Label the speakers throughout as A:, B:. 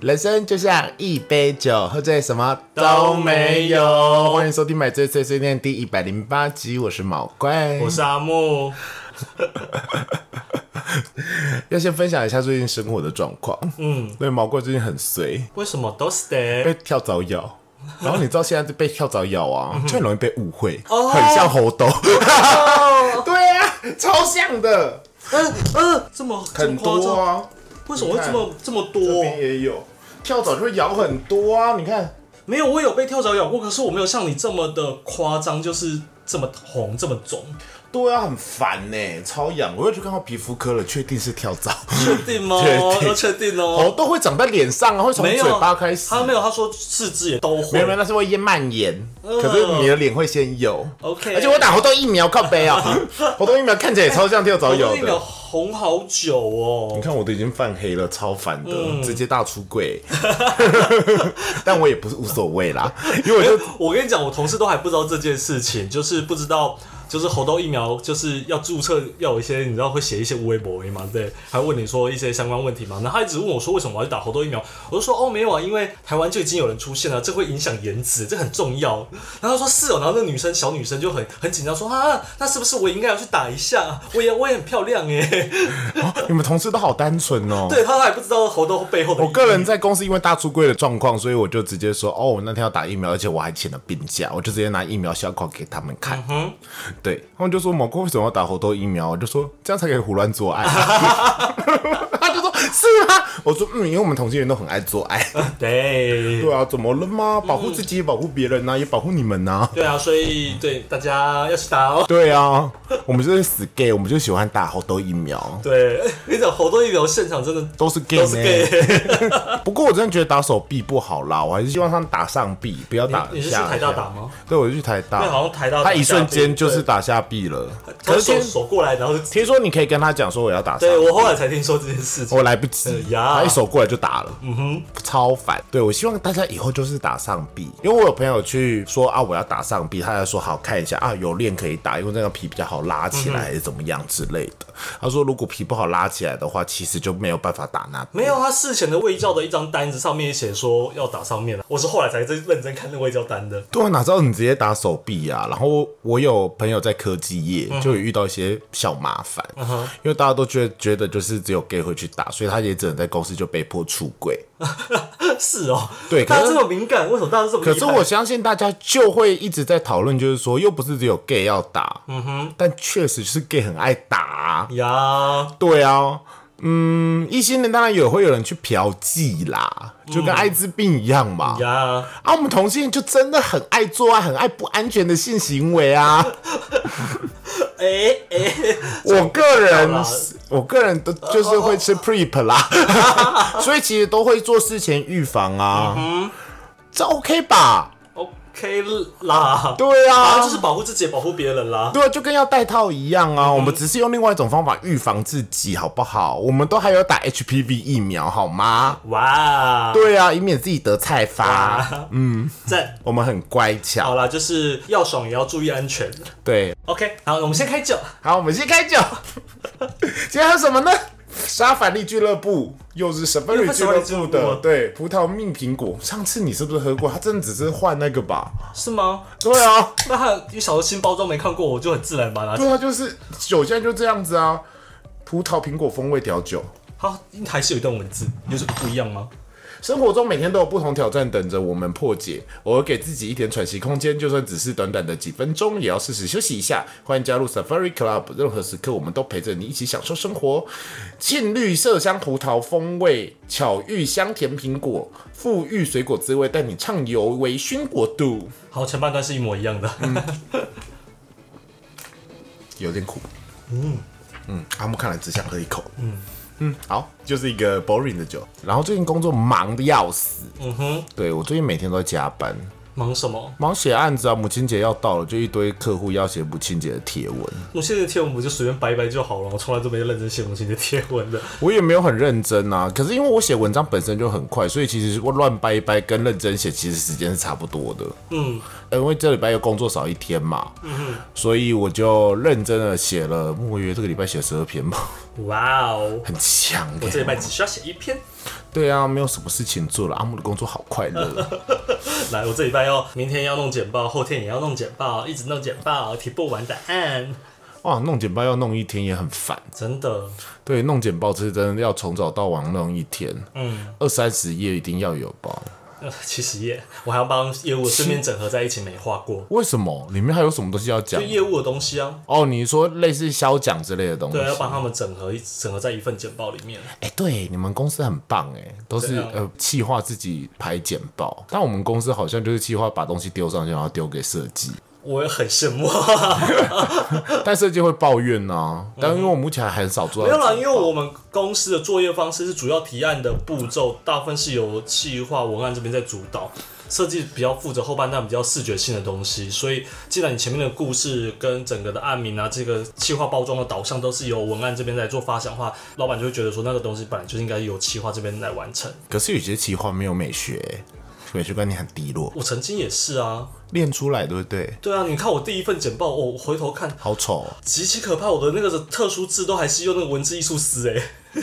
A: 人生就像一杯酒，喝醉什么都没有。
B: 都没有
A: 欢迎收听《买醉碎碎念》第一百零八集，我是毛怪。
B: 我是阿木，
A: 要先分享一下最近生活的状况。嗯，对，毛怪最近很随，
B: 为什么都 stay？
A: 被跳蚤咬。然后你知道现在被跳蚤咬啊，就很容易被误会，
B: 嗯哦
A: 很像猴兜。 对啊，超像的，
B: 嗯嗯，这么
A: 很多，啊，
B: 这么夸张为什么会这么这么
A: 这
B: 多？
A: 边也有跳蚤就会咬很多啊。你看，
B: 没有，我有被跳蚤咬过，可是我没有像你这么的夸张，就是这么红这么 肿，
A: 对啊，很烦呢、超痒。我又去看到皮肤科了，确定是跳蚤。
B: 确定吗？
A: 确定
B: 要确定
A: 猴
B: 哦。
A: 痘会长在脸上啊，会从
B: 没
A: 嘴
B: 有，
A: 巴开始。
B: 他没有，他说四肢也都
A: 没
B: 会
A: 有没。有，那是会咽蔓延，可是你的脸会先有。
B: 嗯哦 OK，
A: 而且我打猴痘疫苗靠 背啊，猴痘疫苗看起来也超像跳蚤
B: 我的
A: 咬
B: 疫苗
A: 的。
B: 红好久
A: 你
B: 哦。
A: 看我都已经泛黑了，超烦的，
B: 嗯
A: 直接大出 柜。但我也不是无所谓啦，因为 我就
B: 我跟你讲，我同事都还不知道这件事情，就是不知道，就是猴痘疫苗就是要注册，要有一些你知道会写一些微博嘛，对，还问你说一些相关问题嘛，然后他一直问我说为什么我要去打猴痘疫苗，我就说哦没有啊，因为台湾就已经有人出现了，这会影响颜值，这很重要。然后他说是哦，然后那女生小女生就很很紧张说啊，那是不是我应该要去打一下？我也我也很漂亮耶，
A: 你们同事都好单纯哦。
B: 对，他还不知道猴痘背后的意义。
A: 我个人在公司因为大出柜的状况，所以我就直接说，哦，我那天要打疫苗，而且我还请了病假，我就直接拿疫苗小框给他们
B: 嗯
A: 看。对，他们就说某哥为什么要打猴痘疫苗？我就说这样才可以胡乱 做爱。 他就说是啊，我说嗯，因为我们同性人都很爱做爱。
B: 对嗯
A: 对啊，怎么了吗？保护自己，也保护别人啊呐、也保护你们呐、
B: 对啊，所以对大家要去打哦。
A: 对啊，我们就是死 gay，我们就喜欢打猴痘疫苗，
B: 对，你讲猴痘疫苗现场真的
A: 都是 gay
B: 都是
A: 呢
B: gay。
A: 不过我真的觉得打手臂不好啦，我还是希望他们打上臂，不要打
B: 你你是去
A: 下
B: 台大打吗？
A: 对，我就去台大，
B: 对好像台大
A: 他
B: 打
A: 一
B: 下
A: 瞬间
B: 臂
A: 就是
B: 对
A: 打下臂了。
B: 他
A: 可是
B: 手
A: 听
B: 手过来，然后 就
A: 听说你可以跟他讲说我要打上
B: 对
A: 臂，
B: 我后来才听说这件事情。
A: 我来不及，
B: 哎呀
A: 他一手过来就打了，嗯哼，超烦。对我希望大家以后就是打上臂，因为我有朋友去说啊我要打上臂，他就说好看一下啊有练可以打，因为那个皮比较好拉起
B: 嗯
A: 来还是怎么样之类的。他说如果皮不好拉起来的话，其实就没有办法打那
B: 没有，他事前的卫教的一张单子上面写说要打上面啊了，我是后来才真认真看那卫教单的。
A: 对啊，哪知道你直接打手臂啊？然后我有朋友在科技业，就有遇到一些小麻烦，因为大家都觉得觉得就是只有 gay 会去打，所以他也只能在公司就被迫出柜。
B: 是哦，
A: 对可
B: 大家
A: 是
B: 这么敏感，为什么大家这么
A: 可
B: 厉
A: 是
B: 害
A: 我相信大家就会一直在讨论，就是说又不是只有 gay 要打，嗯哼，但确实是 gay 很爱打啊、
B: 呀，
A: 对啊，嗯，异性恋当然也会有人去嫖妓啦，就跟艾滋病嗯一样嘛。
B: 呀，
A: 啊，我们同性恋就真的很爱做爱，很爱不安全的性行为啊。
B: 哎哎，
A: 我个人
B: 啦
A: 是，我个人都就是会
B: 哦
A: 吃 prep 啦，所以其实都会做事前预防啊，
B: 嗯
A: 这 OK 吧？
B: ，OK 啦，
A: 对
B: 反正
A: 啊
B: 哦就，是嗯保护自己，也保护别人啦。
A: 对啊，就跟要戴套一样啊，我们只是用另外一种方法预防自己，好不好？我们都还有打 HPV 疫苗，好吗？
B: 哇，
A: 对啊，以免自己得菜发，
B: 啊，嗯，赞，
A: 我们很乖
B: 好
A: 巧。
B: 啦，就是要爽也要注意安全。
A: 对，
B: OK，好，我们先开酒。
A: 好，我们先开酒， 今天喝什么呢？沙凡利俱乐部又是什么利俱乐
B: 又是什么利俱乐
A: 部
B: 部
A: 的
B: 啊？
A: 对，葡萄蜜苹果。上次你是不是喝过？它真的只是换那个吧？
B: 是吗？
A: 对啊，
B: 那他因为小时候新包装没看过，我就很自然把它拿起来。
A: 对啊，就是酒现在就这样子啊。葡萄苹果风味调酒，
B: 它还是有一段文字，有什么不一样吗？
A: 生活中每天都有不同挑战等着我们破解，偶尔给自己一点喘息空间，就算只是短短的几分钟，也要适时休息一下。欢迎加入 Safari Club，任何时刻我们都陪着你一起享受生活。浸绿麝香葡萄风味，巧遇香甜苹果，馥郁水果滋味，带你畅游微醺国度。
B: 好，前半段是一模一样的。
A: 有点苦。嗯嗯，阿木看来只想喝一口。嗯嗯，好，就是一个 boring 的酒。然嗯后最近工作忙的要死，
B: 嗯哼，
A: 对我最近每天都在加班，
B: 忙什么？
A: 忙写案子啊。母亲节要到了，就一堆客户要写母亲节的贴文，
B: 我现在贴文我就随便掰一掰就好了，我从来都没认真写母亲节贴文的。
A: 我也没有很认真啊。可是因为我写文章本身就很快，所以其实我乱掰一掰跟认真写其实时间是差不多的。
B: 嗯，
A: 呃因为这礼拜又工作少一天嘛，所以我就认真的写了，莫约这个礼拜写十二篇吧，
B: 哇哦，
A: 很强、欸。
B: 我这礼拜只需要写一篇。
A: 对啊，没有什么事情做了，阿木的工作好快 乐。
B: 来，我这礼拜要明天要弄简报，后天也要弄简报，一直弄简报，提不完的案，
A: 哇，弄简报要弄一天也很烦。
B: 真的，
A: 对，弄简报是真的要从早到晚弄一天，
B: 嗯，
A: 二三十页一定要有吧？
B: 呃其实也，我还要帮业务顺便整合在一起美化过，
A: 为什么？里面还有什么东西要讲
B: 就？业务的东西啊，
A: 哦，你说类似销奖之类的东西？
B: 对，啊要帮他们整合一整合在一份简报里面。
A: 哎、对，你们公司很棒哎，都是、
B: 对啊
A: 呃企划自己排简报，但我们公司好像就是企划把东西丢上去，然后丢给设 计，
B: 我也很羡慕，
A: 但设计会抱怨呐、但因为我目前还很少
B: 嗯
A: 做
B: 没
A: 到
B: 有
A: 简报，
B: 啦，因为我们公司的作业方式是主要提案的步骤，大部分是由企划文案这边在主导，设计比较负责后半段比较视觉性的东西，所以既然你前面的故事跟整个的案名啊，这个企划包装的导向都是由文案这边来做发想的话，老板就会觉得说那个东西本来就应该由企划这边来完成。
A: 可是有些企划没有美学欸，美学观念很低落，
B: 我曾经也是啊，
A: 练出来对不对？
B: 对啊，你看我第一份简报，我回头看
A: 好丑哦，
B: 极其可怕，我的那个特殊字都还是用那个文字艺术师哎、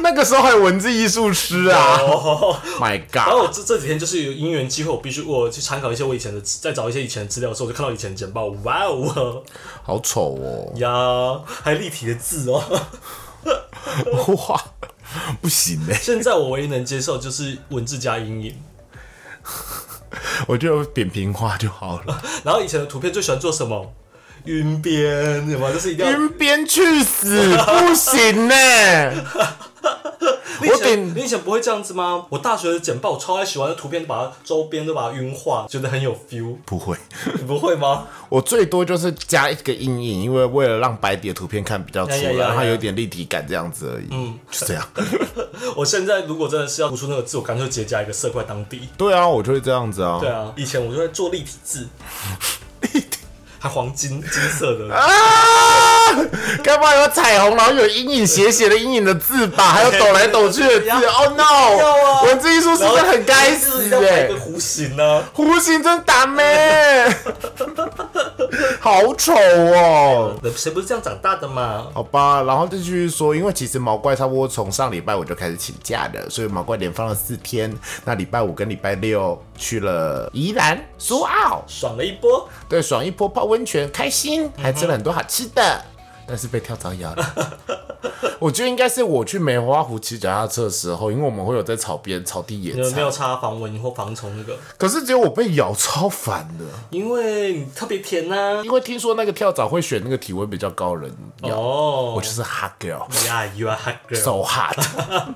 A: 那个时候还有文字艺术师啊、m y
B: 然后
A: God，
B: 我这这几天就是有因缘机会，我必须我去参考一些我以前的，再找一些以前的资料的时候，我就看到以前的简报，哇哦
A: 好丑哦，
B: 呀，还立体的字哦。
A: 哇，不行哎，
B: 现在我唯一能接受就是文字加阴影，
A: 我就扁平化就好了，
B: 然后以前的图片最喜欢做什么？云边，有吗？就是一定要。
A: 云边去死，不行呢。
B: 你以
A: 我顶
B: 前你以前不会这样子吗？我大学的简报，我超爱喜欢的图片，把它周边都把它晕化，觉得很有 feel。
A: 不会，
B: 你不会吗？
A: 我最多就是加一个阴影，因为为了让白底的图片看比较出来，
B: 呀呀呀呀
A: 让它有点立体感这样子而已。嗯，就这样。
B: 我现在如果真的是要读出那个字，我干脆直接加一个色块当底。
A: 对啊，我就会这样子啊。
B: 对啊，以前我就在做立体 字，还黄金金色 的，
A: 啊，干嘛有彩虹，然后有阴影斜斜的阴影的字吧， 还有抖来抖去的字。
B: 不要
A: oh
B: 不要啊
A: no！文字艺术真的很该
B: 就是
A: 死
B: 要
A: 哎、
B: 摆个弧形呢、啊。
A: 弧形真打 咩？好丑哦。
B: 谁不是这样长大的嘛？
A: 好吧，然后就继续说，因为其实毛怪差不多从上礼拜我就开始请假了，所以毛怪连放了四天。那礼拜五跟礼拜六去了宜兰苏澳，
B: 爽了一波，
A: 对，爽一波泡温泉，开心，还吃了很多好吃的，但是被跳蚤咬了。 我觉得应该是我去梅花湖骑脚踏车的时候，因为我们会有在草边草地野
B: 你有没
A: 餐，
B: 有擦防蚊或防虫那个？
A: 可是只有我被咬，超烦的。
B: 因为你特别甜啊呐、
A: 因为听说那个跳蚤会选那个体温比较高的人咬，
B: 哦啊
A: 我就是 hot girl。
B: 呀，You are hot girl。
A: so hot，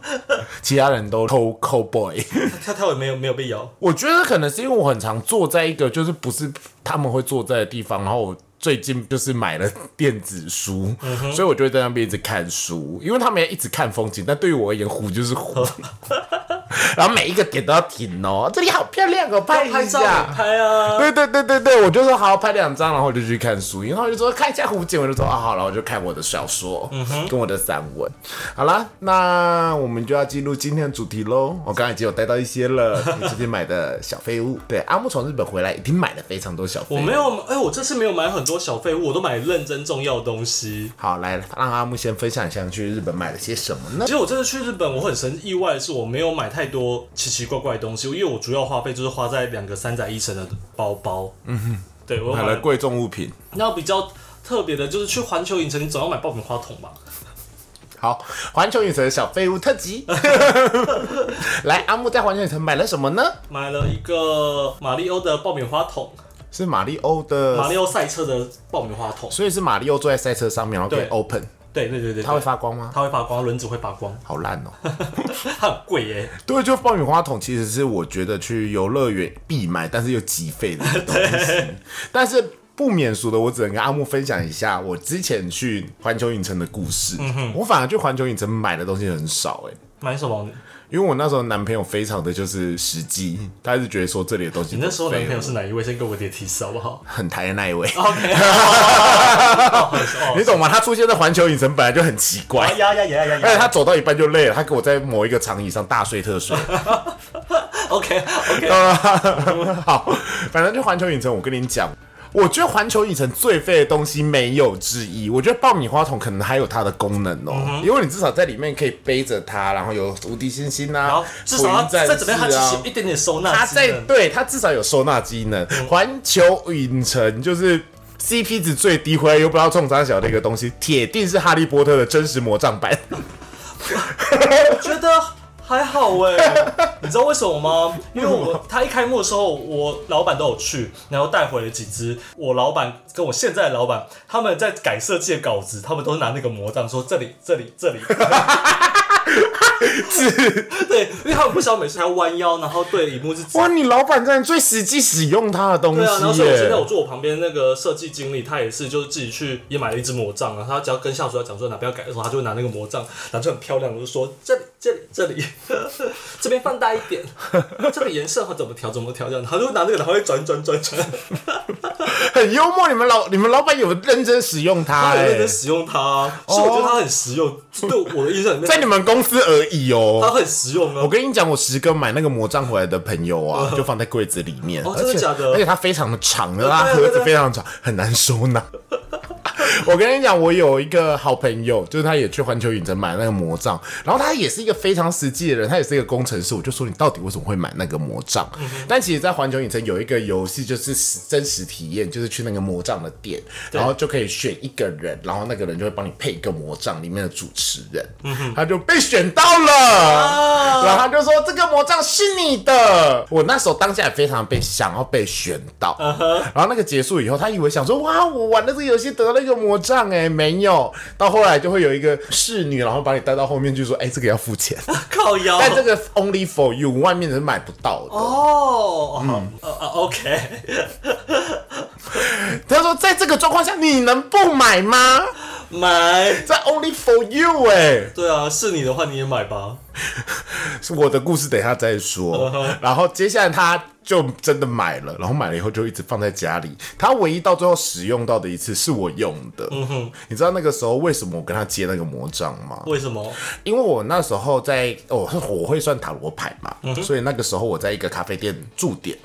A: 其他人都 cold cold boy。
B: 跳跳也没有没有被咬，
A: 我觉得可能是因为我很常坐在一个就是不是他们会坐在的地方，然后我最近就是买了电子书，所以我就会在那边一直看书，因为他们也一直看风景，但对于我而言，湖就是湖。然后每一个点都要停哦，这里好漂亮哦，拍
B: 拍
A: 一
B: 照也
A: 下。
B: 拍啊。
A: 对对对对对，我就说好好拍两张，然后我就去看书，然后我就说看一下胡景，我就说啊好了，我就看我的小说，
B: 嗯
A: 跟我的散文。好啦，那我们就要进入今天的主题喽。我刚才已经有带到一 些了，你最近买的小废物，对，阿木从日本回来已经买了非常多小废
B: 我
A: 物
B: 没。有，哎、我这次没有买很多小废物，我都买认真重要的东西。
A: 好，来让阿木先分享一下你去日本买了些什么呢
B: 其？实我这次去日本，我很神意外的是，我没有买太多奇奇怪怪的东西，因为我主要花费就是花在两个三宅一生的包包。嗯哼，对我买了。
A: 贵重物品。
B: 那比较特别的就是去环球影城，你总要买爆米花桶吧？
A: 好，环球影城的小废物特辑。 来，阿木在环球影城买了什么呢？
B: 买了一个马里欧的爆米花桶，
A: 是马里欧的，
B: 马里欧赛车的爆米花桶。
A: 所以是马里欧坐在赛车上面，然后可以
B: 对
A: open。
B: 对对对对，
A: 它会发光吗？
B: 它会发光，轮子会发光，
A: 好烂哦、
B: 它很贵耶、
A: 对，就爆米花桶其实是我觉得去游乐园必买，但是又极费的一个东西。但是不免俗的，我只能跟阿木分享一下我之前去环球影城的故事。
B: 嗯
A: 我反而去环球影城买的东西很少、欸，
B: 买什么？
A: 因为我那时候男朋友非常的就是实际，他是觉得说这里的东
B: 嗯
A: 西
B: 你
A: 都
B: 那时候男
A: 废
B: 朋友哦
A: 物
B: 是哪一位？先给我点提示好不好
A: 很台的那一位，
B: ？OK，哦好好
A: 你懂吗？他出现在环球影城本来就很奇 怪
B: 好，哎呀呀呀呀
A: 而且
B: 呀
A: 他走到一半就累了，他给我在某一个长椅上大睡特睡。
B: ！OK OK，
A: 好，反正就环球影城，我跟你讲，我觉得环球影城最废的东西没有之一。我觉得爆米花桶可能还有它的功能
B: 嗯
A: 哦、因为你至少在里面可以背着它，然后有无敌星星啊，
B: 然后至少它
A: 火影
B: 在
A: 战
B: 这边它
A: 士
B: 其
A: 啊
B: 实有一点点收纳
A: 它
B: 机
A: 在
B: 能嗯
A: 对它至少有收纳机能。环球影城就是 CP 值最低，回来又不知道冲啥小的一个东西，铁定是哈利波特的真实魔 杖版。
B: 我觉得还好哎、你知道为什么吗？因为我他一开幕的时候，我老板都有去，然后带回了几只。我老板跟我现在的老板，他们在改设计的稿子，他们都是拿那个魔杖说这里、这里、这 里。 对，因为他们不想每次还弯腰，然后对荧幕是指
A: 哇，你老板真的最实际使用它的东西
B: 对
A: 耶。
B: 啊，然后所以我现在我坐我旁边那个设计经理，他也是就是自己去也买了一支魔杖啊，他只要跟下属要讲说哪边要改的时候，他就会拿那个魔杖，拿就很漂亮，我就说这里这里这里 这边放大一点，这个颜色或怎么调怎么调这样，他就拿那个然后会转转转转，
A: 很幽默，你们老你们老板有认真使用它、
B: 他有认
A: 欸
B: 真，使用它啊，所以我觉得它很实用，对我的印象里
A: 在
B: 面，
A: 你们公司而已
B: 它
A: 哦。
B: 很实用
A: 我
B: 啊。
A: 跟你讲，我十个买那个魔杖回来的朋友啊，就放在柜子里面，
B: 哦
A: 而且
B: 真的假的
A: 而且它非常的长，然后
B: 对
A: 它
B: 啊
A: 盒
B: 对
A: 子
B: 啊
A: 非常长，很难收纳。 我跟你讲，我有一个好朋友，就是他也去环球影城买那个魔杖，然后他也是一个非常实际的人，他也是一个工程师。我就说你到底为什么会买那个魔杖？
B: 嗯
A: 但其实，在环球影城有一个游戏，就是实真实体验，就是去那个魔杖的店，然后就可以选一个人，然后那个人就会帮你配一个魔杖里面的主持人，
B: 嗯
A: 他就被选到
B: 啊
A: 了，然后他就说这个魔杖是你的。我那时候当下也非常被想要被选到，然后那个结束以后，他以为想说哇，我玩了这个游戏得了一个魔杖哎、没有。到后来就会有一个侍女，然后把你带到后面去说，哎、这个要付钱，
B: 靠腰
A: 但这个 only for you，外面人买不到的。
B: 哦，
A: 嗯
B: 呃呃，OK，
A: 他说，在这个状况下，你能不买吗？
B: 买，
A: 在 only for you 哎、
B: 对啊，是你的话你也买吧。
A: 是 我的故事，等一下再说。然后接下来他就真的买了，然后买了以后就一直放在家里。他唯一到最后使用到的一次是我用的。你知道那个时候为什么我跟他接那个魔杖吗？
B: 为什么？
A: 因为我那时候在，哦，我会算塔罗牌嘛，所以那个时候我在一个咖啡店驻点。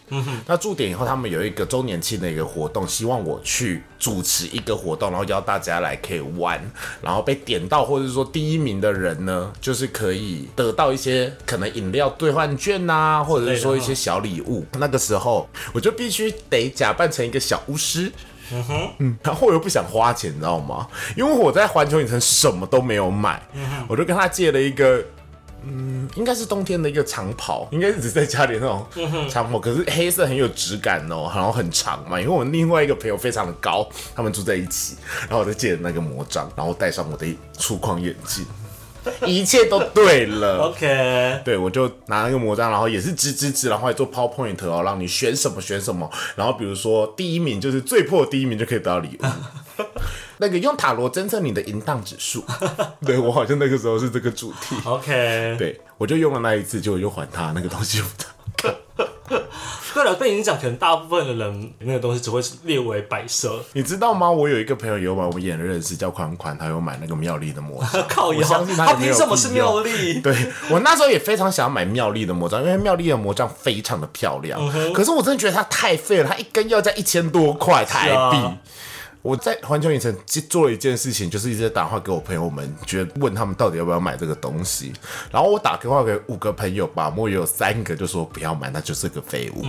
A: 那驻点以后，他们有一个周年庆的一个活动，希望我去主持一个活动，然后邀大家来可以玩，然后被点到或者是说第一名的人呢，就是可以得到一些可能饮料兑换券呐、或者是说一些小礼物。那个时候我就必须得假扮成一个小巫师。然后我又不想花钱，你知道吗？因为我在环球影城什么都没有买，我就跟他借了一个。嗯，应该是冬天的一个长袍，应该是只在家里那种长袍，可是黑色很有质感哦，然后很长嘛。因为我另外一个朋友非常的高，他们住在一起，然后我就借了那个魔杖，然后戴上我的粗框眼镜，一切都对了。
B: OK，
A: 对，我就拿那个魔杖，然后也是指指指，然后还做 PowerPoint 哦，让你选什么选什么。然后比如说第一名就是最破第一名就可以得到礼物。 那个用塔罗侦测你的淫荡指数，对我好像那个时候是这个主题。
B: OK，
A: 对，我就用了那一次，结果就还他那个东西。
B: 对了，被影响可能大部分的人那个东西只会列为摆设，
A: 你知道吗？我有一个朋友有买，我们也认识，叫宽宽，他有买那个妙丽的魔 杖。
B: 靠
A: 我
B: 腰
A: 相，信他
B: 他
A: 也没
B: 凭
A: 有
B: 什么是
A: 必要
B: 妙丽？
A: 对我那时候也非常想要买妙丽的魔杖，因为妙丽的魔杖非常的漂亮。
B: 嗯
A: 可是我真的觉得它太废了，它一根要在一千多块台币。
B: 是啊
A: 我在环球影城做了一件事情，就是一直在打电话给我朋友们，觉得问他们到底要不要买这个东西。然后我打电话给五个朋友吧，我也有三个就说不要买，那就是个废物。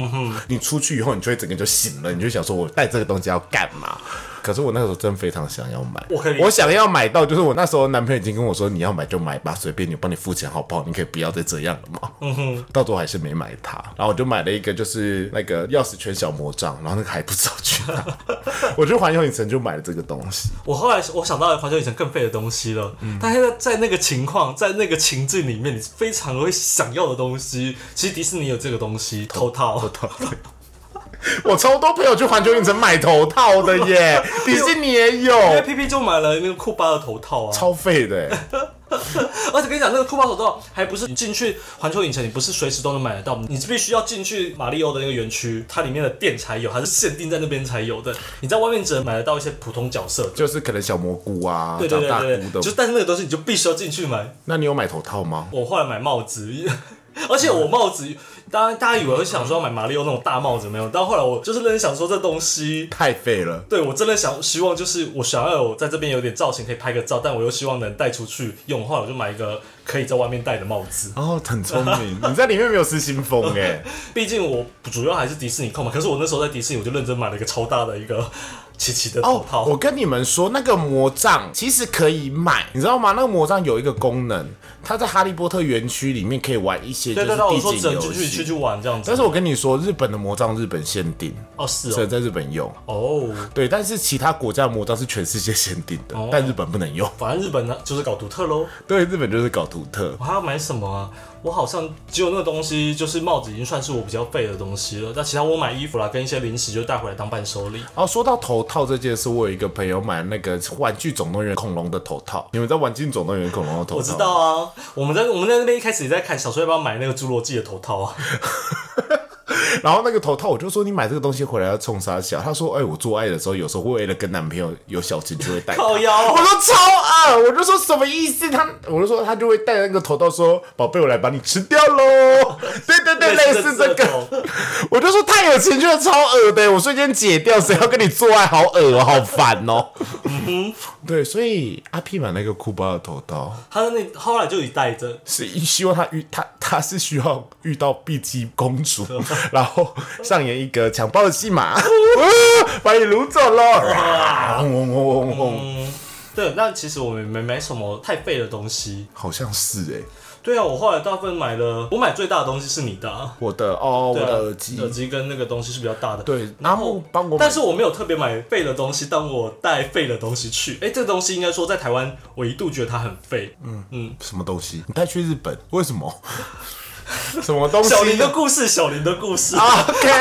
A: 你出去以后，你就会整个就醒了，你就想说我带这个东西要干嘛？可是我那个时候真非常想要买，
B: 我可以理解
A: 我想要买到，就是我那时候男朋友已经跟我说，你要买就买吧，随便你，我帮你付钱好不好？你可以不要再这样了嘛。嗯哼，到最后还是没买它，然后我就买了一个就是那个钥匙圈小魔杖，然后那个还不知道去哪， 我去环球影城就买了这个东西。
B: 我后来我想到了环球影城更废的东西了，
A: 嗯
B: 但现在在那个情况，在那个情境里面，你非常会想要的东西，其实迪士尼有这个东西，头套。
A: 我超多朋友去环球影城买头套的 耶，迪士尼也
B: 因为
A: 有，
B: 哎 P P 就买了那个库巴的头套啊，
A: 超废的耶。
B: 而且跟你讲，那个酷巴手套还不是你进去环球影城，你不是随时都能买得到，你必须要进去马里奥的那个园区，它里面的店才有，还是限定在那边才有的。你在外面只能买得到一些普通角色。
A: 就是可能小蘑菇啊，
B: 对对
A: 长
B: 对对
A: 大菇
B: 对，就
A: 的。
B: 但是那个东西你就必须要进去买。
A: 那你有买头套吗？
B: 我后来买帽子，而且我帽子，当然大家以为我想说要买马里奥那种大帽子没有，但后来我就是认真想说这东西。
A: 太废了。
B: 对，我真的想希望就是我想要有在这边有点造型可以拍个照，但我又希望能带出去用的话，我就买一个可以在外面戴的帽子。
A: 哦，很聪明，你在里面没有失心疯哎、
B: 毕竟我主要还是迪士尼控嘛，可是我那时候在迪士尼我就认真买了一个超大的一个奇奇的头
A: 哦
B: 套。，
A: 我跟你们说，那个魔杖其实可以买，你知道吗？那个魔杖有一个功能，它在哈利波特园区里面可以玩一些
B: 对
A: 就是
B: 对对，我
A: 地
B: 说
A: 景
B: 整
A: 游
B: 进去去
A: 戏。
B: 去玩这样子。
A: 但是我跟你说，日本的魔杖日本限定，
B: 哦是
A: 只能
B: 哦
A: 在日本用。
B: 哦，
A: 对，但是其他国家的魔杖是全世界限定的，但日本不能用。
B: 反正日本呢就是搞独特喽。
A: 对，日本就是搞独特
B: 我。还要买什么啊？我好像只有那个东西，就是帽子已经算是我比较废的东西了。那其他我买衣服啦，跟一些零食就带回来当伴手礼。
A: 然后哦说到头套这件事，我有一个朋友买那个《玩具总动员》恐龙的头套，你们知道《玩具总动员》恐龙的头套？
B: 我知道。啊，我们在我们在那边一开始也在看，小时候要不要买那个侏罗纪的头套啊？
A: 然后那个头套，我就说你买这个东西回来要冲啥小？他说，哎、我做爱的时候，有时候为了跟男朋友有小情就会戴它。
B: 靠腰
A: 我说超恶，我就说什么意思？他，我就说他就会戴那个头套说，宝贝，我来把你吃掉喽。对对 对，类 似这个，
B: 种，
A: 我就说太有情趣了，超恶的，我瞬间解掉，谁要跟你做爱？好恶哦，好烦哦。对，所以阿 P 买那个库巴的头套，
B: 他在那后来就一带着，
A: 是希望他遇他他是需要遇到碧姬公主，然后上演一个强暴的 戏码，哦把你掳走了，嗡嗡嗡嗡嗡，
B: 对，那其实我们没没什么太废的东西。
A: 好像是哎、
B: 对啊，我后来大部分买了，我买最大的东西是你的啊、
A: 我的哦，我
B: 对啊，
A: 的耳机，
B: 耳机跟那个东西是比较大的。
A: 对，然
B: 然
A: 后
B: 后
A: 帮我买，
B: 但是我没有特别买废的东西，但我带废的东西去。哎、这个东西应该说在台湾，我一度觉得它很废。嗯嗯，
A: 什么东西？你带去日本？为什 么？什么东西？
B: 小 林的故事，小林的故事。
A: OK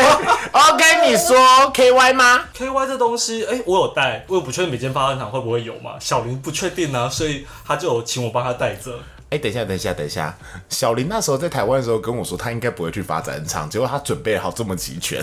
A: OK，你说 KY 吗？
B: K Y 这东西，哎、我有带，我也不确定每间发展厂会不会有嘛。小林不确定啊，所以他就有请我帮他带着。
A: 哎、等一下，等一下，等一下，小林那时候在台湾的时候跟我说，他应该不会去发展场，结果他准备好这么齐全。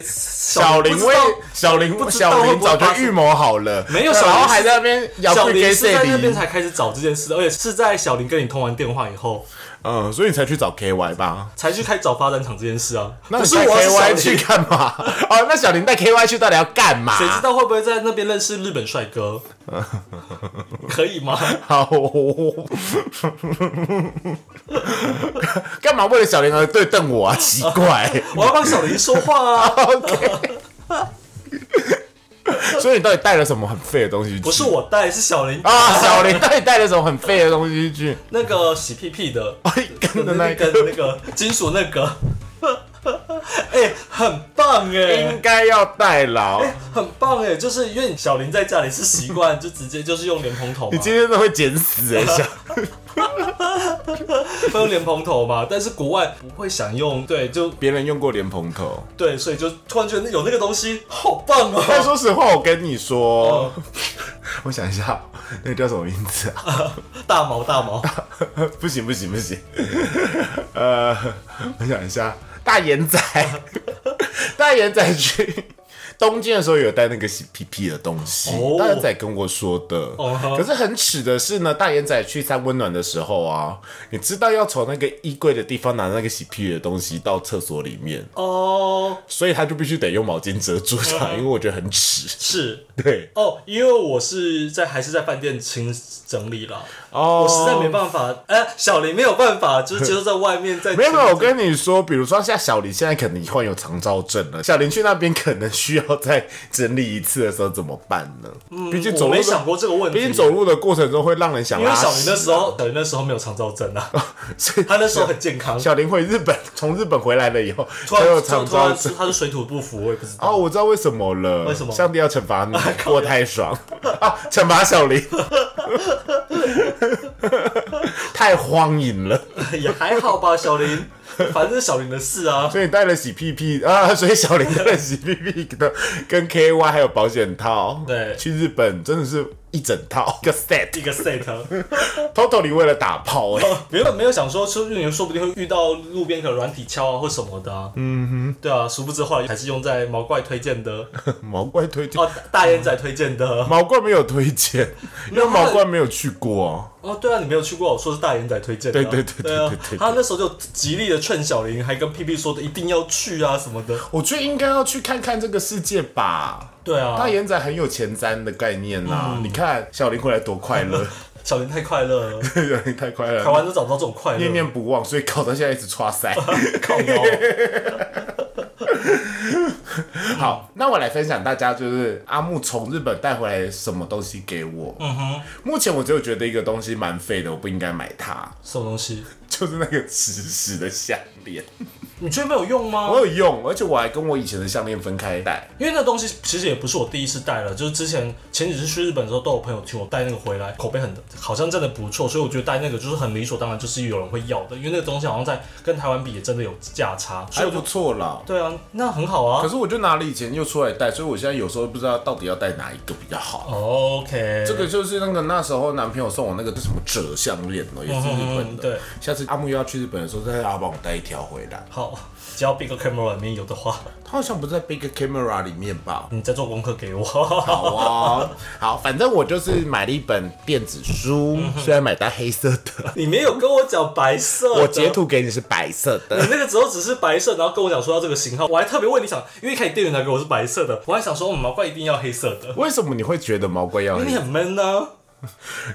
A: 小林
B: 不知
A: 为
B: 道
A: 小林
B: 不知道
A: 小
B: 会
A: 林
B: 不会
A: 早就
B: 发生
A: 预谋好了，
B: 没有
A: 对
B: 小林
A: 然后
B: 是
A: 还在那边摇
B: 小
A: 滚
B: 林
A: 给
B: 是
A: 谁
B: 在那边才开始找这件事，而且是在小林跟你通完电话以后，
A: 嗯，所以你才去找 KY 吧？
B: 才去开始找发展厂这件事啊。
A: 那
B: 不
A: 你
B: 是
A: 带
B: 我要是小
A: KY
B: 林
A: 去干嘛？哦，那小林带 KY 去到底要干嘛？
B: 谁知道会不会在那边认识日本帅 哥？可以吗？
A: 好， 干嘛为了小林而对瞪 我啊？奇怪，
B: 我要帮小林说话啊！
A: 所以你到底带了什么很废的东西去？
B: 不是我带，是小林
A: 啊，小林到底带了什么很废的东 西去？
B: 那个洗屁屁的，
A: 哎，跟着那
B: 那
A: 个
B: 个那个金属那个， 哎、很棒哎、
A: 应该要带 牢。
B: 很棒哎，就是因为小林在家里是习惯，就直接就是用莲蓬头
A: 你
B: 嘛，
A: 今天都会捡死哎、小
B: 会用莲蓬头嘛。但是国外不会想用，对，就
A: 别人用过莲蓬头。
B: 对，所以就突然觉得有那个东西好棒哦、
A: 但说实话，我跟你说， 我想一下，那个叫什么名字啊？
B: 大毛大毛，
A: 不行不行不 行，呃，我想一下，大眼仔， 大眼仔去东京的时候有带那个洗屁屁的东西，
B: 哦
A: 大眼仔跟我说的。
B: 哦
A: 可是很耻的是呢，大眼仔去三温暖的时候啊，你知道要从那个衣柜的地方拿那个洗屁屁的东西到厕所里面，
B: 哦，
A: 所以他就必须得用毛巾遮住
B: 嗯
A: 它，因为我觉得很耻。
B: 是
A: 对，
B: 哦，因为我是在还是在饭店清整理啦，
A: 哦
B: 我实在没办法，哎、小林没有办法，就是接受在外面在
A: 没有没有，我跟你说，比如说像小林现在可能患有肠燥症了，小林去那边可能需要再整理一次的时候怎么办呢？毕竟
B: 嗯我
A: 走路
B: 没
A: 的，
B: 想过这个问题，
A: 毕竟走路的过程中会让人想
B: 因为
A: 拉
B: 小林
A: 屎
B: 那时候，小林那时候没有肠燥症啊，
A: 所以
B: 他那时候很健 康，
A: 小林回日本，从日本回来了以后
B: 突
A: 才
B: 然
A: 有
B: 突然
A: 肠
B: 突
A: 燥
B: 然
A: 症。
B: 他是水土不服，我也不知道。
A: 哦，我知道为什么了，
B: 为什么
A: 上帝要惩罚你过太爽啊，惩罚 小林，太荒淫了，
B: 也还好吧，小林，反正是小林的事啊。
A: 所以带了洗屁屁啊，所以小林带了洗屁屁的跟 KY 还有保险套，
B: 对
A: 去日本真的是一整套一个 set，totally
B: 一个 set，啊
A: 为了打炮哎、
B: 原本没有想说，说运营说不定会遇到路边的软体敲啊或什么的啊。嗯哼，对啊，殊不知后来还是用在毛怪推荐的，
A: 毛怪推荐，
B: 哦，大眼仔推荐的。
A: 毛怪没有推荐，因为毛怪没有去过、啊。
B: 哦，对啊，你没有去过，我说是大眼仔推荐的啊。
A: 对对对对
B: 啊
A: 对对对
B: 他那时候就极力的劝小林，还跟屁屁说的一定要去啊什么的。
A: 我觉得应该要去看看这个世界吧。
B: 对啊，
A: 大眼仔很有前瞻的概念呐、
B: 哦嗯
A: 你看小林回来多快 乐，
B: 小林太快乐了，
A: 小林太快乐
B: 台
A: 了，
B: 湾都找不到这种快乐。
A: 念念不忘，所以搞到现在一直刷塞。
B: 靠腰，
A: 好，那我来分享大家就是阿木从日本带回来什么东西给我。嗯哼，目前我只有觉得一个东西蛮废的，我不应该买它，
B: 什么东西？
A: 就是那个磁石的项链。
B: 你觉得没有用吗？
A: 我有用，而且我还跟我以前的项链分开戴。
B: 因为那东西其实也不是我第一次戴了，就是之前前几次去日本的时候，都有朋友请我带那个回来，口碑很好像真的不错，所以我觉得带那个就是很理所当然，就是有人会要的，因为那个东西好像在跟台湾比也真的有价差，所
A: 还
B: 以我
A: 不
B: 就
A: 错啦。
B: 对啊，那很好
A: 可
B: 啊。
A: 是我就拿了以前又出来戴，所以我现在有时候不知道到底要戴哪一个比较好。
B: OK，
A: 这个就是那个那时候男朋友送我那个什么折项链哦，也是日本
B: 嗯
A: 的。
B: 对，
A: 下次阿木又要去日本的时候，再让他帮我带一条回来。
B: 好，只要 Big Camera 里面有的话，
A: 他好像不是在 Big Camera 里面吧？
B: 你再做功课给我。
A: 好哦，好，反正我就是买了一本电子书，
B: 嗯
A: 虽然买到黑 色的，
B: 你没有跟我讲白色的，
A: 我截图给你是白色
B: 你
A: 的。
B: 那个时候只是白色，然后跟我讲说要这个型号，我还特别问你想，因为一开始店员拿给我是白色的，我还想说，我们毛怪一定要黑色的，
A: 为什么你会觉得毛怪要
B: 因为你
A: 黑？
B: 很闷呢、啊。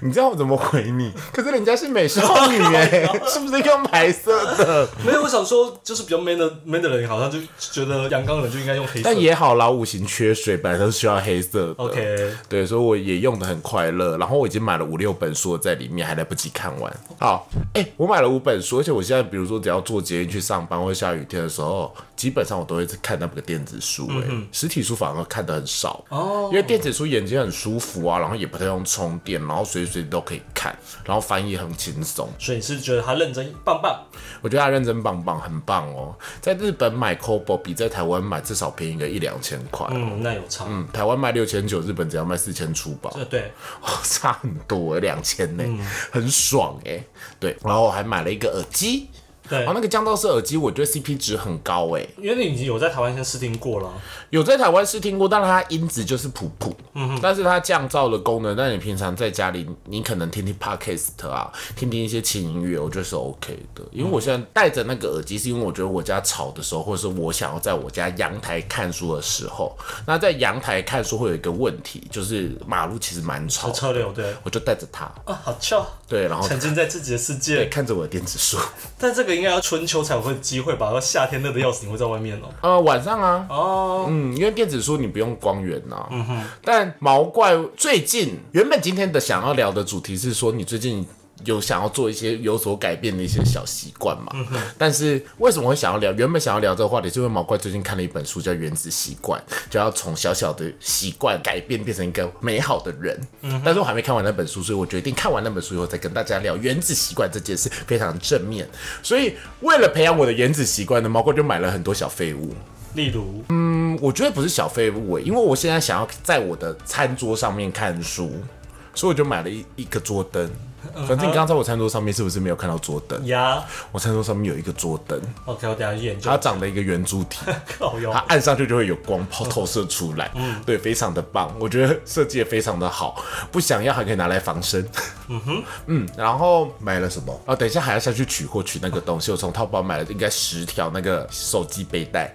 A: 你知道我怎么回你？可是人家是美少女 哎、是不是用白色的？
B: 没有，我想说，就是比较 man 的 man 的人，好像就觉得阳刚人就应该用黑色。
A: 但也好啦，五行缺水，本来都是需要黑色的。
B: OK，
A: 对，所以我也用的很快乐。然后我已经买了五六本书在里面，还来不及看完。好，哎、我买了五本书，而且我现在比如说只要坐捷运去上班或下雨天的时候，基本上我都会看那个电子书、哎、实体书反而看的很少哦，因为电子书眼睛很舒服啊，然后也不太用充电，然后随时随地都可以看，然后翻译很轻松。
B: 所以你是觉得他认真棒棒，
A: 我觉得他认真棒棒，很棒哦。在日本买 Kobo 比在台湾买至少便宜个一两千块。
B: 嗯，那有差，
A: 嗯，台湾卖六千九，日本只要卖四千出嗯吧。
B: 对呃对，
A: 哦 差很多，两千呢，很爽哎、对，然后我还买了一个耳机，哦
B: 对
A: 然后那个降噪式耳机，我觉得 CP 值很高哎、
B: 因为你已经有在台湾先试听过了，
A: 有在台湾试听过，但是它音质就是普普，但是它降噪的功能，那你平常在家里，你可能听听 podcast 啊，听听一些轻音乐，我觉得是 OK 的。因为我现在戴着那个耳机，是因为我觉得我家吵的时候，或者是我想要在我家阳台看书的时候，那在阳台看书会有一个问题，就是马路其实蛮吵
B: 有
A: 的，
B: 车流对
A: 我就戴着它，
B: 啊，好翘，
A: 对，然后
B: 沉浸在自己的世
A: 对，
B: 界。
A: 看着我的电子书。
B: 但这个应该要春秋才有会机会吧，要夏天热的要死，你会在外面哦。
A: 呃，晚上啊，
B: 哦，
A: 嗯，因为电子书你不用光源呐、啊。嗯哼。但毛怪最近原本今天的想要聊的主题是说，你最近有想要做一些有所改变的一些小习惯嘛？嗯但是为什么会想要聊？原本想要聊这个话题，是因为毛怪最近看了一本书叫《原子习惯》，就要从小小的习惯改变变成一个美好的人。嗯。但是我还没看完那本书，所以我决定看完那本书以后再跟大家聊原子习惯这件事，非常正面。所以为了培养我的原子习惯呢，毛怪就买了很多小废物。
B: 例如，
A: 嗯我觉得不是小废物欸因为我现在想要在我的餐桌上面看书，所以我就买了一一个桌灯。反正你刚刚在我餐桌上面是不是没有看到桌灯？
B: 呀
A: 我餐桌上面有一个桌灯，
B: ，OK，我等一下去研究
A: 它。长了一个圆柱 体，
B: 靠腰
A: 它，按上去就会有光抛投射出来。对，非常的棒，我觉得设计的非常的好，不想要还可以拿来防身。 嗯哼，嗯，然后买了什么？哦，等一下还要下去取货取那个东西，我从淘宝买了应该十条那个手机背带。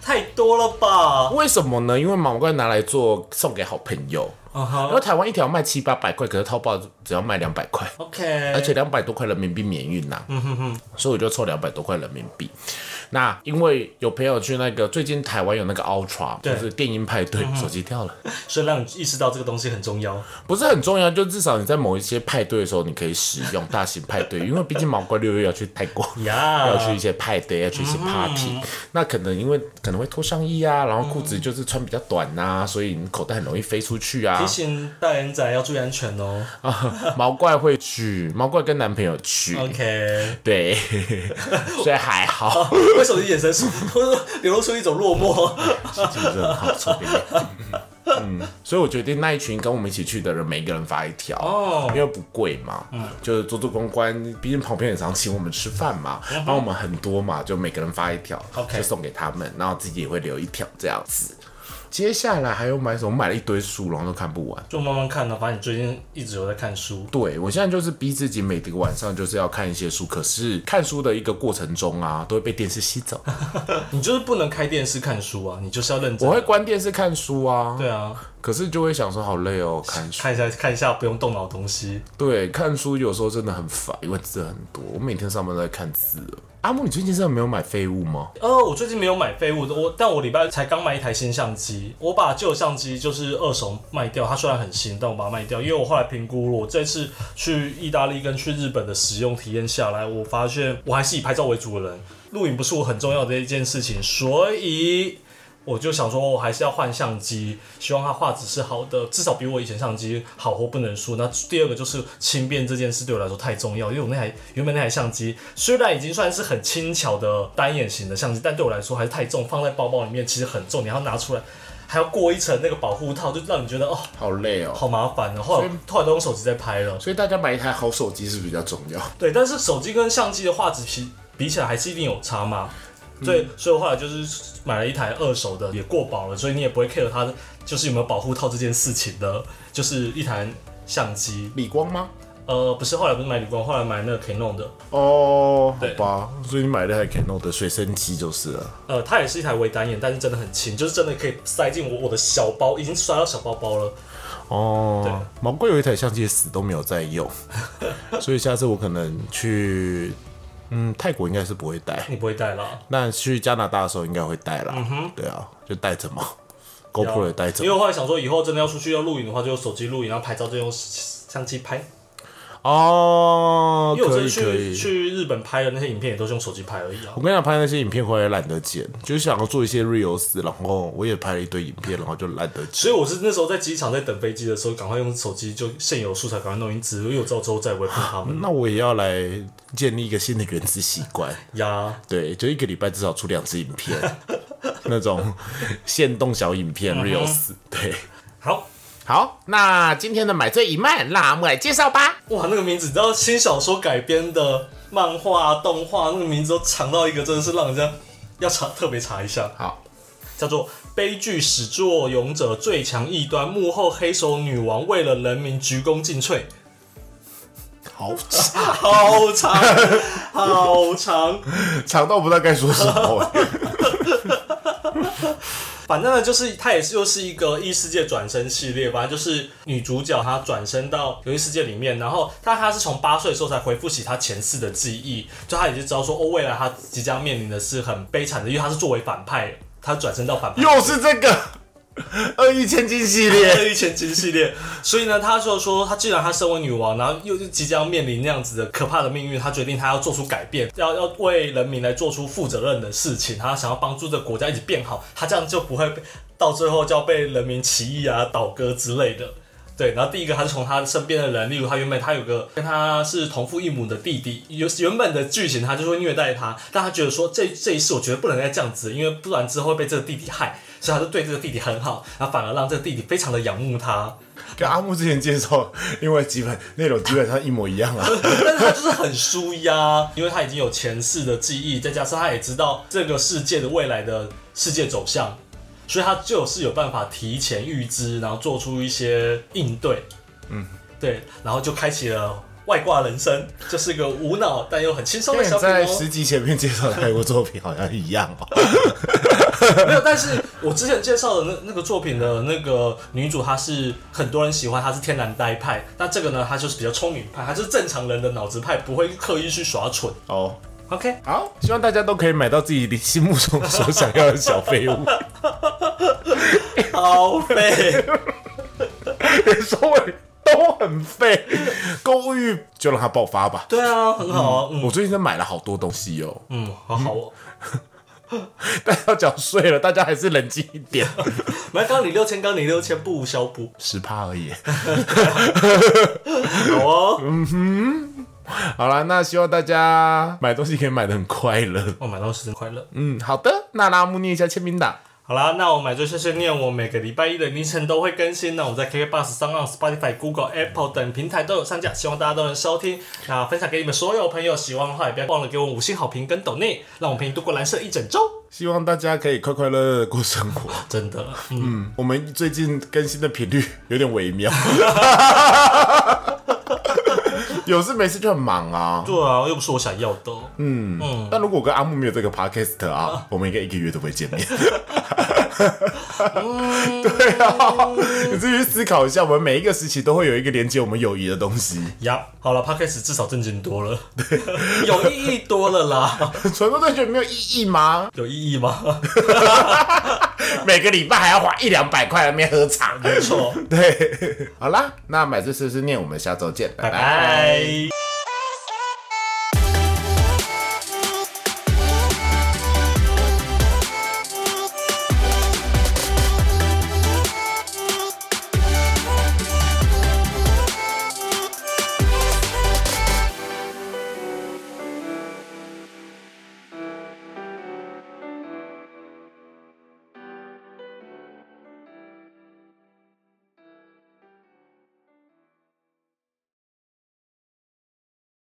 B: 太多了吧？
A: 为什么呢？因为毛怪拿来做送给好朋友，
B: 嗯
A: 然
B: 哼
A: 后台湾一条卖七八百块，可是淘宝只要卖两百块，
B: ，OK，
A: 而且两百多块人民币免运呐、所以我就凑两百多块人民币。那因为有朋友去那个最近台湾有那个 Ultra，就
B: 对
A: 是电音派对，手机掉了，
B: 所以让你意识到这个东西很重要。
A: 不是很重要，就至少你在某一些派对的时候你可以使用大型派对，因为毕竟毛怪六月要去泰国。
B: 呀，
A: 要去一些派对，要去
B: 嗯
A: 一些 party，、那可能因为可能会脱上衣啊，然后裤子就是穿比较短呐、所以你口袋很容易飞出去啊
B: 提。 醒大眼仔要注意安全哦。
A: 毛怪会去，毛怪跟男朋友去
B: OK，
A: 对， 所以还 好，
B: 为什么你眼神是流露出一种落寞？
A: 其实很好，说不定嗯所以我决定那一群跟我们一起去的人，每一个人发一条，
B: 哦嗯
A: 因为不贵嘛，就是做做公关，毕竟旁边也常请我们吃饭嘛，然后我们很多嘛，就每个人发一条
B: 嗯 OK
A: 就送给他们，然后自己也会留一条这样子。接下来还有买什么？我买了一堆书，然后都看不完。
B: 就慢慢看呢、反正你最近一直有在看书，
A: 对我现在就是逼自己每个晚上就是要看一些书，可是看书的一个过程中啊，都会被电视吸 走。
B: 你就是不能开电视看书啊，你就是要认真。
A: 我会关电视看书啊，
B: 对啊，
A: 可是就会想说好累哦，看书。
B: 看一下看一下不用动脑的东西。
A: 对，看书有时候真的很烦，因为字很多。我每天上班都在看字了。阿木，你最近真的没有买废物吗？
B: 呃，我最近没有买废物，我但我礼拜才刚买一台新相机，我把旧相机就是二手卖掉，它虽然很新，但我把它卖掉，因为我后来评估了，我这次去意大利跟去日本的使用体验下来，我发现我还是以拍照为主的人，录影不是我很重要的一件事情，所以。我就想说，我还是要换相机，希望它画质是好的，至少比我以前相机好或不能输。那第二个就是轻便这件事对我来说太重要，因为我那台原本那台相机虽然已经算是很轻巧的单眼型的相机，但对我来说还是太重，放在包包里面其实很重，你还要拿出来，还要过一层那个保护套，就让你觉得哦
A: 好累哦。
B: 好麻烦哦。后来后来都用手机在拍了，
A: 所以大家买一台好手机是比较重要。
B: 对，但是手机跟相机的画质比比起来还是一定有差嘛。对，所以我后来就是买了一台二手的，也过保了，所以你也不会 care 它就是有没有保护套这件事情的，就是一台相机。
A: 理光吗？
B: 呃，不是，后来不是买理光，后来买那个 Canon 的，
A: 哦，好
B: 对
A: 吧，所以你买了台 Canon 的随身机就是了。
B: 呃，它也是一台微单眼，但是真的很轻，就是真的可以塞进我我的小包，已经塞到小包包了。
A: 哦，毛怪有一台相机死都没有 在用，所以下次我可能去，嗯，泰国应该是不会带，
B: 你不会带啦？
A: 那去加拿大的时候应该会带啦。对啊，就带着嘛，GoPro 也带
B: 嗯
A: 着
B: 因为。我后来想说，以后真的要出去要录影的话，就用手机录影，然后拍照就用相机拍。
A: 哦，
B: 因为我
A: 可
B: 这
A: 以
B: 次
A: 哦可以
B: 去。去日本拍的那些影片也都是用手机拍而已啊
A: 我。跟你讲，拍那些影片回来懒得剪，就是想要做一些 reels，然后我也拍了一堆影片，然后就懒得剪。
B: 所以我是那时候在机场在等飞机的时候，赶快用手机就现有素材赶快弄一支，因为我知道之后再也不会碰他们
A: 那我也要来建立一个新的原子习惯，
B: 呀。
A: 对，就一个礼拜至少出两支影片，那种限动小影片 reels。对，
B: 好
A: 好，那今天的买醉一漫，让阿木来介绍吧。
B: 哇，那个名字，你知道新小说改编的漫画、动画，那个名字都长到一个真的是让人家要查特别查一下。
A: 好，
B: 叫做《悲剧始作俑者最强异端》，幕后黑手女王为了人民鞠躬尽瘁，
A: 好
B: 好长，好长。
A: 长到不知道该说什么。欸
B: 反正呢，就是它也是又是一个异世界转身系列，反正就是女主角她转身到游戏世界里面，然后但她是从八岁的时候才回复起她前世的记忆，就她已经知道说哦，未来她即将面临的是很悲惨的，因为她是作为反派，她转身到反派。
A: 又是这个 恶意千金系列，
B: 恶意千金系列，所以呢，她就说，她既然她身为女王，然后又是即将面临那样子的可怕的命运，她决定她要做出改变，要要为人民来做出负责任的事情，她想要帮助这个国家一起变好，她这样就不会被到最后就要被人民起义啊、倒戈之类的。对，然后第一个，他是从他身边的人，例如他原本他有个跟他是同父异母的弟弟，有原本的剧情他就会虐待他，但他觉得说这这一世我绝对不能再这样子，因为不然之后会被这个弟弟害，所以他就对这个弟弟很好，然后反而让这个弟弟非常的仰慕他，
A: 跟阿木之前介绍另外几本内容基本上一模一 样啊。
B: 但是他就是很舒压，因为他已经有前世的记忆，再加上他也知道这个世界的未来的世界走向，所以他就是有办法提前预知，然后做出一些应对。嗯，对，然后就开启了外挂人生，就是个无脑但又很轻松的
A: 跟
B: 小
A: 你
B: 品
A: 在
B: 哦。
A: 十集前面介绍的泰国作品好像一样哦。
B: 没有，但是我之前介绍的那那个作品的那个女主，她是很多人喜欢，她是天然呆派。那这个呢，她就是比较聪明派，她是正常人的脑子派，不会刻意去耍蠢。
A: 哦，
B: OK，
A: 好，希望大家都可以买到自己心目中所想要的小废物。
B: 好废。
A: 连收尾都很废，购物欲就让它爆发吧。
B: 对啊，很好啊，嗯
A: 我最近真买了好多东西哦，
B: 嗯，好好哦。
A: 但要缴税了，大家还是冷静一点，
B: 买刚你六千，刚你六千，不无小补。
A: 十趴而已。
B: 好哦，
A: 好啦，那希望大家买东西可以买的很快乐。
B: 我买到是真快乐。
A: 嗯，好的，那拉木念一下签名档。
B: 好啦，那我买醉碎碎念，我每个礼拜一的凌晨都会更新。那我们在 KK Bus、s o n Spotify、Google、Apple 等平台都有上架，希望大家都能收听。那分享给你们所有朋友，喜欢的话也不要忘了给我五星好评跟抖内，让我们陪你度过蓝色一整周。
A: 希望大家可以快快乐乐的过生活。
B: 真的，
A: 嗯，我们最近更新的频率有点微妙， 有事没事就很忙啊。
B: 对啊，又不是我想要的。嗯，
A: 但如果我跟阿木没有这个 podcast 啊，我们应该一个月都不会见 面。
B: 嗯
A: 对啊，你自己去思考一下，我们每一个时期都会有一个连接我们友谊的东西。
B: 呀，好了 p 开始至少正经多了， 有意义多了 啦，
A: 传说对决没有意义吗？
B: 有意义吗？
A: 每个礼拜还要花一两百块来面喝茶。
B: 没错，
A: 对，好啦，那买醉碎碎念，我们下周见，拜
B: 拜
A: 拜
B: 拜。